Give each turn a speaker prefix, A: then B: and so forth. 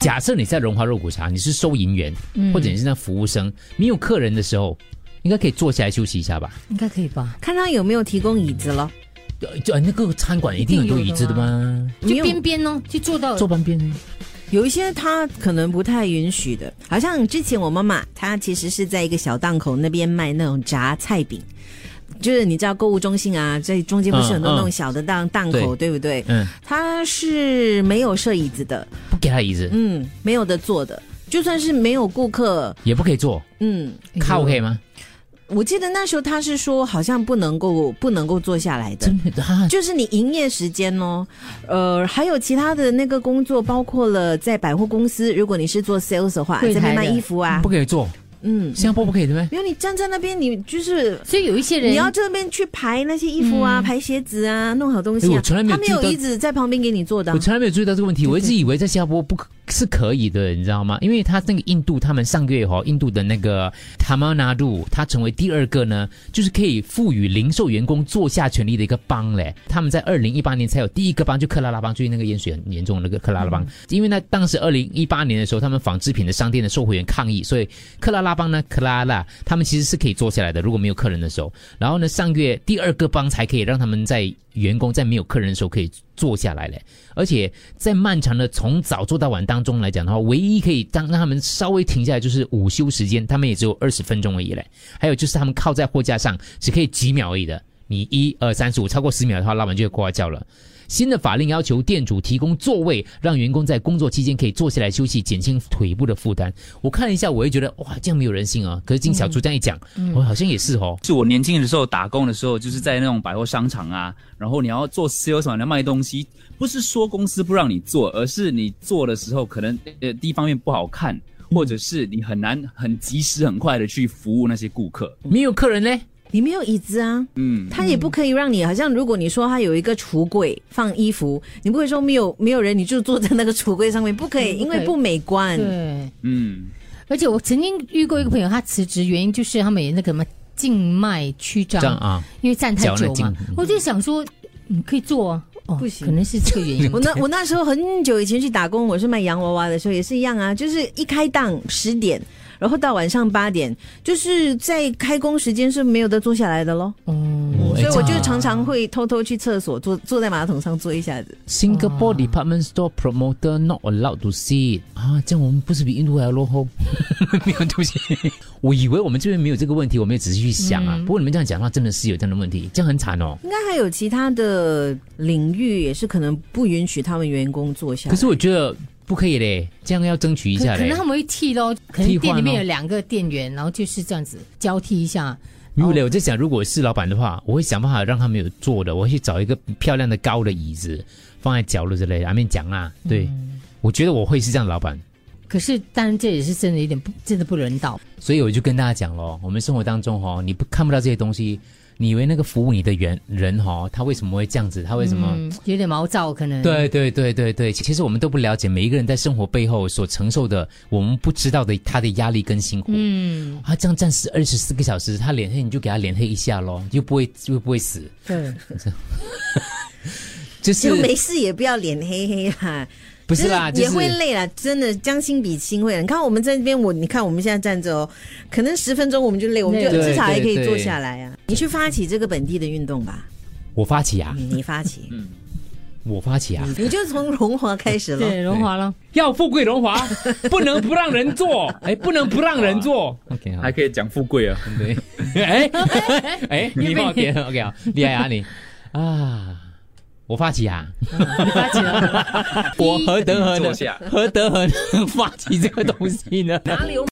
A: 假设你在荣华肉骨茶，你是收银员、
B: 嗯
C: 嗯
A: 或者你是那服务生，没有客人的时候，应该可以坐下来休息一下吧？
B: 应该可以吧？
C: 看他有没有提供椅子咯。
A: 呃就那个餐馆一定很多椅子的吗？
B: 就
C: 没有
B: 边边哦，就坐到
A: 坐半边呢？
C: 有一些他可能不太允许的，好像之前我妈妈她其实是在一个小档口那边卖那种炸菜饼，就是你知道购物中心啊，这中间不是很
A: 嗯
C: 多
A: 嗯
C: 那种小的档档口，对不对？
A: 嗯，
C: 她是没有设椅子的，
A: 不给他椅子，
C: 嗯，没有的坐的，就算是没有顾客，
A: 也不可以坐，
C: 嗯，
A: 靠可以吗？
C: 我记得那时候他是说好像不能够不能够坐下来的，
A: 真的 啊，
C: 就是你营业时间哦，呃，还有其他的那个工作，包括了在百货公司，如果你是做 sales 的话，
B: 柜
C: 在
B: 台的
C: 那边卖衣服啊
A: 不，可以坐，
C: 嗯，
A: 新加坡不可以对不对？
C: 因为你站在那边，你就是
B: 所以有一些人
C: 你要这边去排那些衣服啊，
B: 嗯
C: 排鞋子啊，弄好东
A: 哎
C: 西
A: 我
C: 啊，
A: 从来没有
C: 他没有
A: 注意到
C: 一直在旁边给你做的啊
A: 我，从来没有注意到这个问题，我一直以为在新加坡不可是可以的，你知道吗？因为他那个印度，他们上个月哈、哦印度的那个 Tamil Nadu，它成为第二个呢，就是可以赋予零售员工坐下权利的一个邦嘞。他们在二零一八年才有第一个邦，就克拉拉邦，最近那个淹水很严重的那个克拉拉邦。因为呢，当时二零一八年的时候，他们纺织品的商店的售货员抗议，所以克拉拉邦呢，克拉拉他们其实是可以坐下来的，如果没有客人的时候。然后呢，上月第二个邦才可以让他们在员工在没有客人的时候可以坐下来嘞。而且在漫长的从早做到晚当中来讲的话，唯一可以让让他们稍微停下来就是午休时间，他们也只有二十分钟而已嘞。还有就是他们靠在货架上只可以几秒而已的，你一二三四五超过十秒的话，老板就会呱呱叫了。新的法令要求店主提供座位，让员工在工作期间可以坐下来休息，减轻腿部的负担。我看了一下，我也觉得哇，这样没有人性啊。可是经小猪这样一讲，
C: 嗯
A: 我好像也是哦。
D: 就我年轻的时候打工的时候，就是在那种百货商场啊，然后你要做 sales 嘛，你要卖东西，不是说公司不让你做，而是你做的时候可能呃第一方面不好看，或者是你很难很及时很快的去服务那些顾客。
A: 没有客人嘞，
C: 你没有椅子啊，
D: 嗯，
C: 他也不可以让你，好像如果你说他有一个橱柜放衣服，你不会说没有没有人，你就坐在那个橱柜上面，不可以，
B: 嗯
C: 因
B: 不可以
C: 为不美观。
B: 对，
D: 嗯，
B: 而且我曾经遇过一个朋友，他辞职原因就是他们有那个什么静脉曲
A: 这样
B: 张，
A: 啊，
B: 因为站太久
A: 脚
B: 嘛
A: 呢静。
B: 我就想说，你可以坐啊，哦，
C: 不行
B: 可能是这个原因
C: 我。那我那时候很久以前去打工，我是卖洋娃娃的时候也是一样啊，就是一开档十点，然后到晚上八点，就是在开工时间是没有得坐下来的咯。
B: 嗯，
A: 哎
C: 所以我
A: 这
C: 就
A: 样
C: 常常会偷偷去厕所坐坐在马桶上坐一下子。
A: Singapore department store promoter not allowed to sit 啊，这样我们不是比印度还要落后？ 没有东西，我以为我们这边没有这个问题，我没有仔细去想
B: 嗯
A: 啊。不过你们这样讲的话，真的是有这样的问题，这样很惨哦。
C: 应该还有其他的领域也是可能不允许他们员工坐下来。
A: 可是我觉得不可以嘞，这样要争取一
B: 可
A: 下
B: 可
A: 嘞
B: 能他。们会替咯，可
A: 替换
B: 能店里面
A: 咯
B: 有两个店员，然后就是这样子交替一下。
A: 没有嘞，我在想，如果是老板的话，我会想办法让他们有坐的，我会去找一个漂亮的高的椅子放在角落之类的。阿面讲啊，对，
B: 嗯
A: 我觉得我会是这样的老板。
B: 可是，当然这也是真的有点不，真的不人道。
A: 所以我就跟大家讲咯，我们生活当中哦，你不看不到这些东西，你以为那个服务你的人人哦，他为什么会这样子？他为什么？
B: 嗯，有点毛躁，可能。
A: 对对对对对，其实我们都不了解每一个人在生活背后所承受的，我们不知道的他的压力跟辛苦。
B: 嗯，
A: 他这样站十二十四个小时，他脸黑你就给他脸黑一下咯，又不会又不会死，
B: 对，
A: 就是
C: 就没事也不要脸黑黑啊啦，
A: 不是啦，
C: 就是
A: 就
C: 也会
A: 是
C: 累啦，真的将心比心会。你看我们在这边，我你看我们现在站着哦，可能十分钟我们就累，我们就
B: 对
C: 至少还可
A: 对
C: 以
A: 对
C: 坐下来啊。你去发起这个本地的运动吧，
A: 我发起啊，
C: 你你发起，
A: 我发起啊，
C: 你就从荣华开始了。
B: 对，荣华了。
A: 要富贵荣华，不能不让人做，哎，不能不让人 做。OK，好哦
D: 还。可以讲富贵啊。
A: 对，哎哎， 你帮我点 OK 啊，厉 害啊你啊！我发起啊，
B: 发起了。
A: 我何德何
D: 坐
A: 能
D: 下
A: 何德何能发起这个东西呢？
C: 哪里有